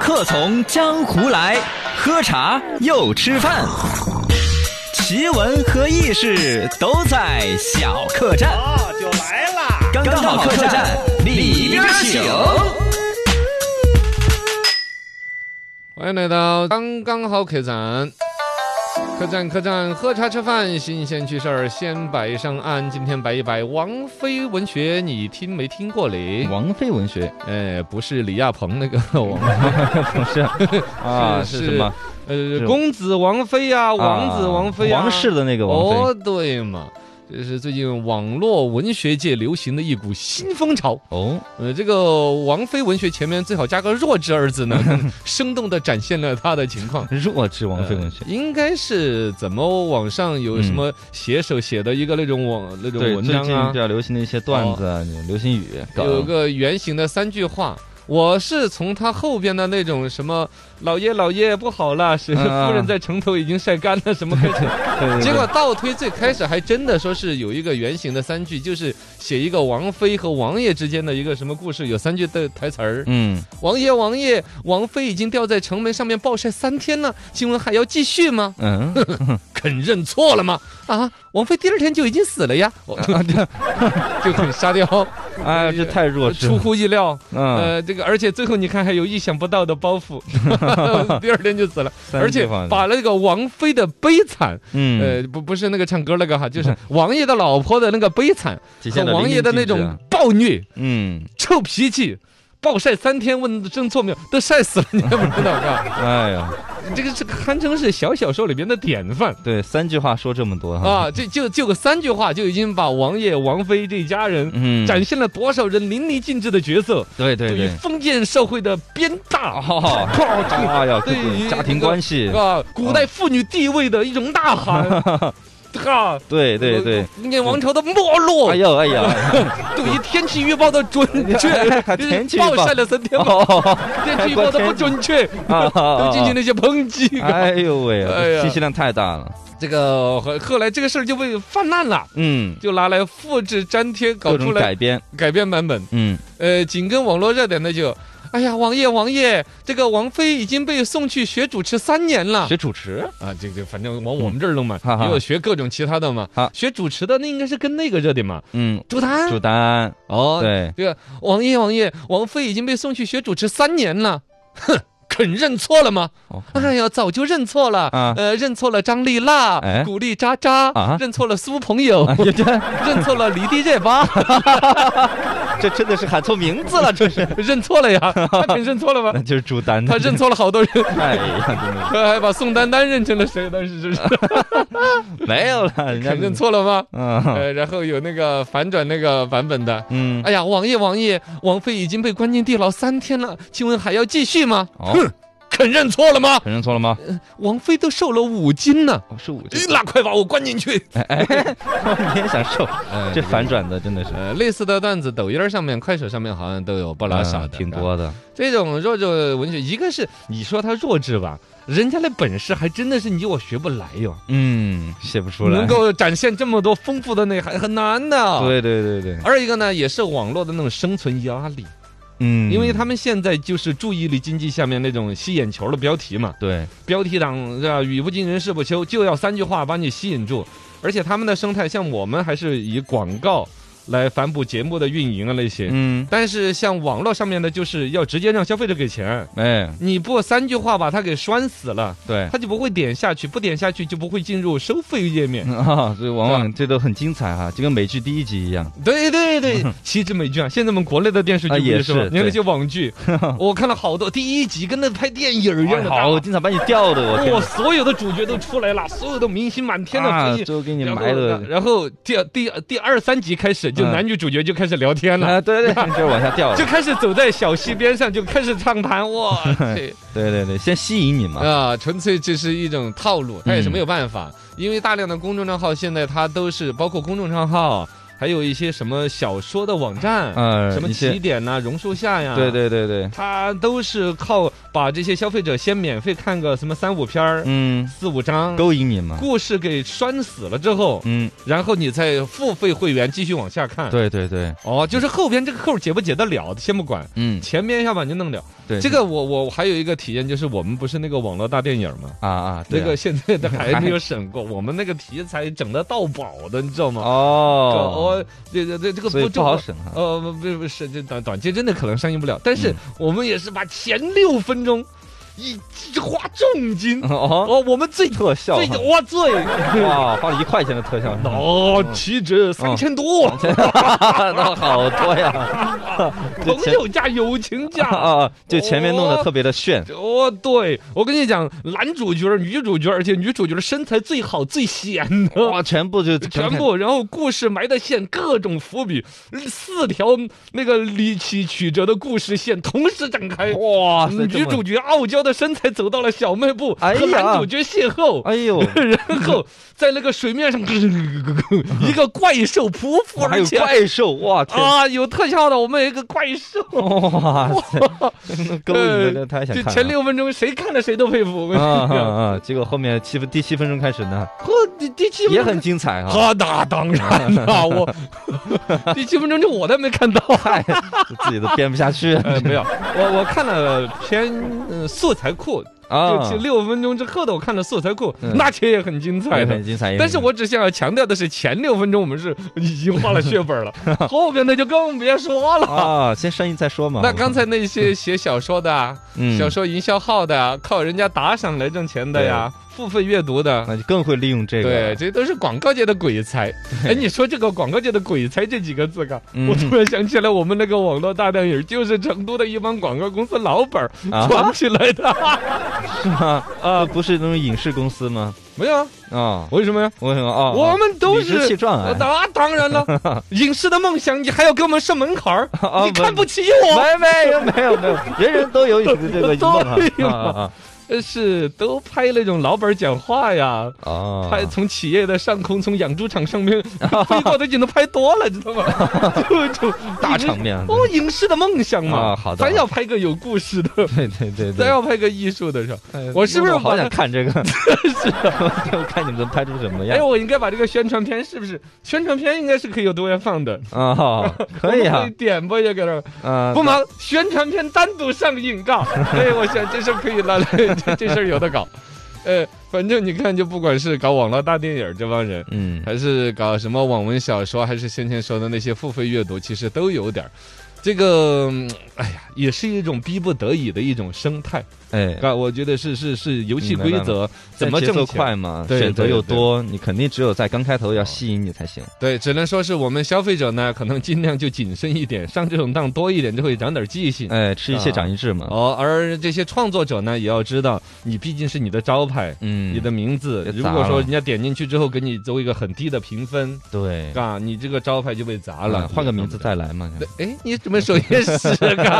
客从江湖来，喝茶又吃饭，奇闻和异事都在小客栈。哦，就来啦！刚刚好客栈，里边请。欢迎来到刚刚好客栈。客栈客栈，喝茶吃饭，新鲜趣事儿先摆上岸。今天摆一摆王菲文学，你听没听过嘞？王菲文学哎，不是李亚鹏那个 王菲，不是啊？是是什么？呃，是啊公子王菲呀、王子王菲呀、啊王室的那个王菲哦，对嘛，这是最近网络文学界流行的一股新风潮。哦，呃，这个王菲文学前面最好加个“弱智”二字 呢，更生动的展现了她的情况。弱智王菲文学呃。应该是怎么网上有什么写手写的一个那种网、那种对，文最章近啊哦比，较流行的一些段子啊，那种流行语梗有个圆形的三句话。我是从他后边的那种什么老爷老爷不好了，是嗯嗯夫人在城头已经晒干了什么开始， 对对对结果倒推最开始还真的说是有一个原型的三句，就是写一个王妃和王爷之间的一个什么故事，有三句的台词儿。嗯，王爷，王爷，王妃已经吊在城门上面暴晒三天了，请问还要继续吗？ 嗯，肯认错了吗？啊，王妃第二天就已经死了呀，我啊 就很沙雕，哎，这太弱智出了。乎意料。嗯，呃，这个而且最后你看还有意想不到的 包袱，第二天就死了，三而且句话把那个王妃的悲惨，嗯，呃，不不是那个唱歌那个 哈，就是王爷的老婆的那个悲惨体和现得王淋爷漓的那尽致种啊，暴虐、嗯，臭脾气。暴晒三天，问真错没有？都晒死了，你还不知道啊？哎呀， 这个这个堪称是小小说里边的典范对，三句话说这么多哈，啊！这就就个三句话，就已经把王爷、王妃这一家人嗯，展现了多少人淋漓尽致的角色，对对于对，封建社会的鞭打哦，哎呀，各对种于家庭这个关系，嗯啊，古代妇女地位的一种呐喊 啊！对对对，封建王朝的没落哎，呦哎呀，哎对于天气预报的准确，天气预报暴晒了三天嘛，哦，天气预报的不准确，啊 都进行了一些抨击。哎呦喂哎呀，呀信息量太大了，这个后后来这个事儿就被泛滥了。嗯，就拿来复制粘贴，搞各出种来改编，改编版本。嗯，呃，紧跟网络热点的就，哎呀，王爷王爷，这个王妃已经被送去学主持三年了学主持，嗯啊！这个反正往我们这儿弄嘛哈，哈也有学各种其他的嘛好。学主持的那应该是跟那个热点嘛，嗯，朱丹朱丹，哦，对，这个王爷，王爷，王妃已经被送去学主持三年了，哼，肯认错了吗？哦哎呀，早就认错了，啊呃，认错了张丽娜、哎古力渣渣，啊认错了苏朋友，哎呀，这 认错了离地热 巴，这真的是喊错名字了，这是， 认错了呀，他肯认错了那吗？就是朱丹， 他认，错了好多 人，哎呀，真的他还把宋丹丹认成了谁？当 时是是没有了，人家肯认，错 了吗？嗯呃，然后有那个反转那个版本的。嗯，哎呀，王爷，王爷，王妃已经被关进地牢三天了，请问还要继续吗？哦哼，肯认错了吗？承认错了吗？王妃都瘦了五斤呢，哦，是我这，那快把我关进 去！哎你也想瘦，这反转的真的是，呃，类似的段子，抖音儿上面、快手上面好像都有，不拉少的，嗯挺啊。多的，这种弱智文学，一个是你说他弱智吧，人家的本事还真的是你我学不来哟，嗯，写不出来，能够啊展现这么多丰富的内涵很难的。。对对对对，二一个呢，也是网络的那种生存压力，嗯，因为他们现在就是注意力经济下面那种吸眼球的标题嘛，对，标题党是吧？语不惊人誓不休，就要三句话把你吸引住。而且他们的生态，像我们还是以广告来反哺节目的运营啊那些，嗯，但是像网络上面的，就是要直接让消费者给钱，哎，你不三句话把它给拴死了，对， 它就不会点下去，不点下去就不会进入收费页面。嗯啊，所以往往这都很精彩哈，就跟美剧第一集一样。对对对，西制美剧啊，现在我们国内的电视嗯剧啊不也吧是你看那对些 网剧，我看了好多，第一集跟那拍电影儿一样的大好，精彩把你吊的，我天哇，所有的主角都出来了，所有的明星满天哪，啊的飞，都给你然后埋的。然后第二第二第二三集开始，就嗯男女主角就开始聊天了，啊，对 对，对就是往下掉了就，开始走在小溪边上，就开始畅谈。 哇，哎这对对对，先吸引你嘛，啊，纯粹这是一种套路，他也是嗯没有办法，因为大量的公众账号现在它都是包括公众账号。还有一些什么小说的网站，嗯呃什么啊一些起点呐、榕树下呀，对，对对对，它都是靠把这些消费者先免费看个什么三五篇儿、嗯，四五章。勾引你嘛，故事给拴死了之后，嗯，然后你再付费会员继续往下看。，对对对，哦，就是后边这个扣解不解得了，先不管，嗯，前面要把就弄了。对这个我我还有一个体验，就是我们不是那个网络大电影吗？啊啊，那对啊个现在的还没有审过，我们那个题材整的到宝的，你知道吗？哦哦，，这这这这个所以不重好。啊审哈，呃，不不不是，这短短期真的可能上映不了，但嗯是我们也是把前六分钟一花重金哦，哦，我们最特效哈嗯最，哇最哇，花了一块钱的 特效，哦，岂嗯止三千多， 那好多呀，朋友价、友情啊价。啊，就前面弄得特别的炫， 哦，对，我跟你讲，男主角、女主角，而且女主角的身材最好、最显的，哇，全部就哦全部，然后故事埋的线，各种伏笔，四条那个离奇曲折的故事线同时展开。嗯哇塞，女主角傲娇的身材走到了小卖部，哎呀和男主角邂逅。哎呦，然后在那个水面上， 一个怪兽匍匐还而有起，怪兽，哇天，啊，有特效的，我们有一个怪兽。哎哇塞，勾引的他还想呃这看啊，前六分钟谁看了谁都佩服。我跟啊你啊讲，啊，结果后面七分第七分钟开始呢，呵，哦第第七分钟也很精彩啊。呵，那当然啦， 我第七分钟就我都没看到。嗨，自己都编不下去 呃，没有，我我看了篇呃素材库， 就啊其，六分钟之后的，我看了素材库，嗯那其实也很精彩也的很。精彩。也很但是精我只想要强调的是，前六分钟我们是已经花了 血本了，后边的就更别说彩了。啊，先上映再说嘛。那刚才那些写小说的啊，嗯小说营销号的啊，靠人家打赏来挣钱的呀，付费阅读的，那就更会利用这个对，了。这都是广告界的鬼才。哎，你说这个广告界的鬼才这几个字嘎，嗯我突然想起来，我们那个网络大电影就是成都的一帮广告公司老板儿啊传起来的。啊 啊，不是那种影视公司吗？ 没有啊，啊，为什么呀？为什么啊？ 我们都理直气是。壮啊啊！那当然 了，影视的梦想，你还要给我们设门槛 儿啊，你看不起我？没没有没有 没有，人人都有这个都梦有啊啊呃是都拍那种老板讲话呀，啊啊！拍从企业的上空，从养猪场上 面飞过的镜头拍多了，知道吗？就就大场面啊哦，影视的梦想嘛。啊好的咱要拍个有故事的，对对对咱对。要拍个艺术的，是吧？哎我是不是好把想它看 这个？是，啊就看你们能拍出什么样哎，。我应该把这个宣传片是不是？宣传片应该是可以有多元放的。啊，可以我啊们，点播也搁这儿，啊，不忙，宣传片单独上映， 嘎。哎，我想这事儿可以拿来，这这事儿有的搞。呃，反正你看，就不管是搞网络大电影这帮人，嗯，还是搞什么网文小说，还是先前说的那些付费阅读，其实都有点儿。这个，嗯哎呀，也是一种逼不得已的一种生态，哎，啊，我觉得是是是游戏明白规了则怎么但节挣奏钱，快嘛，对选择对又对哦多，你肯定只有在刚开头要吸引你才行。对，只能说是我们消费者呢，可能尽量就谨慎一点，上这种当多一点就会长点记性。哎，吃一堑长一智嘛。哦，而这些创作者呢，也要知道，你毕竟是你的招牌，嗯，你的名字别，如砸果说了人家点进去之后给你做一个很低的评分，对，嗯啊，你这个招牌就被砸好了，了，换个名字对哎再来嘛。啊哎，你怎么首页是个？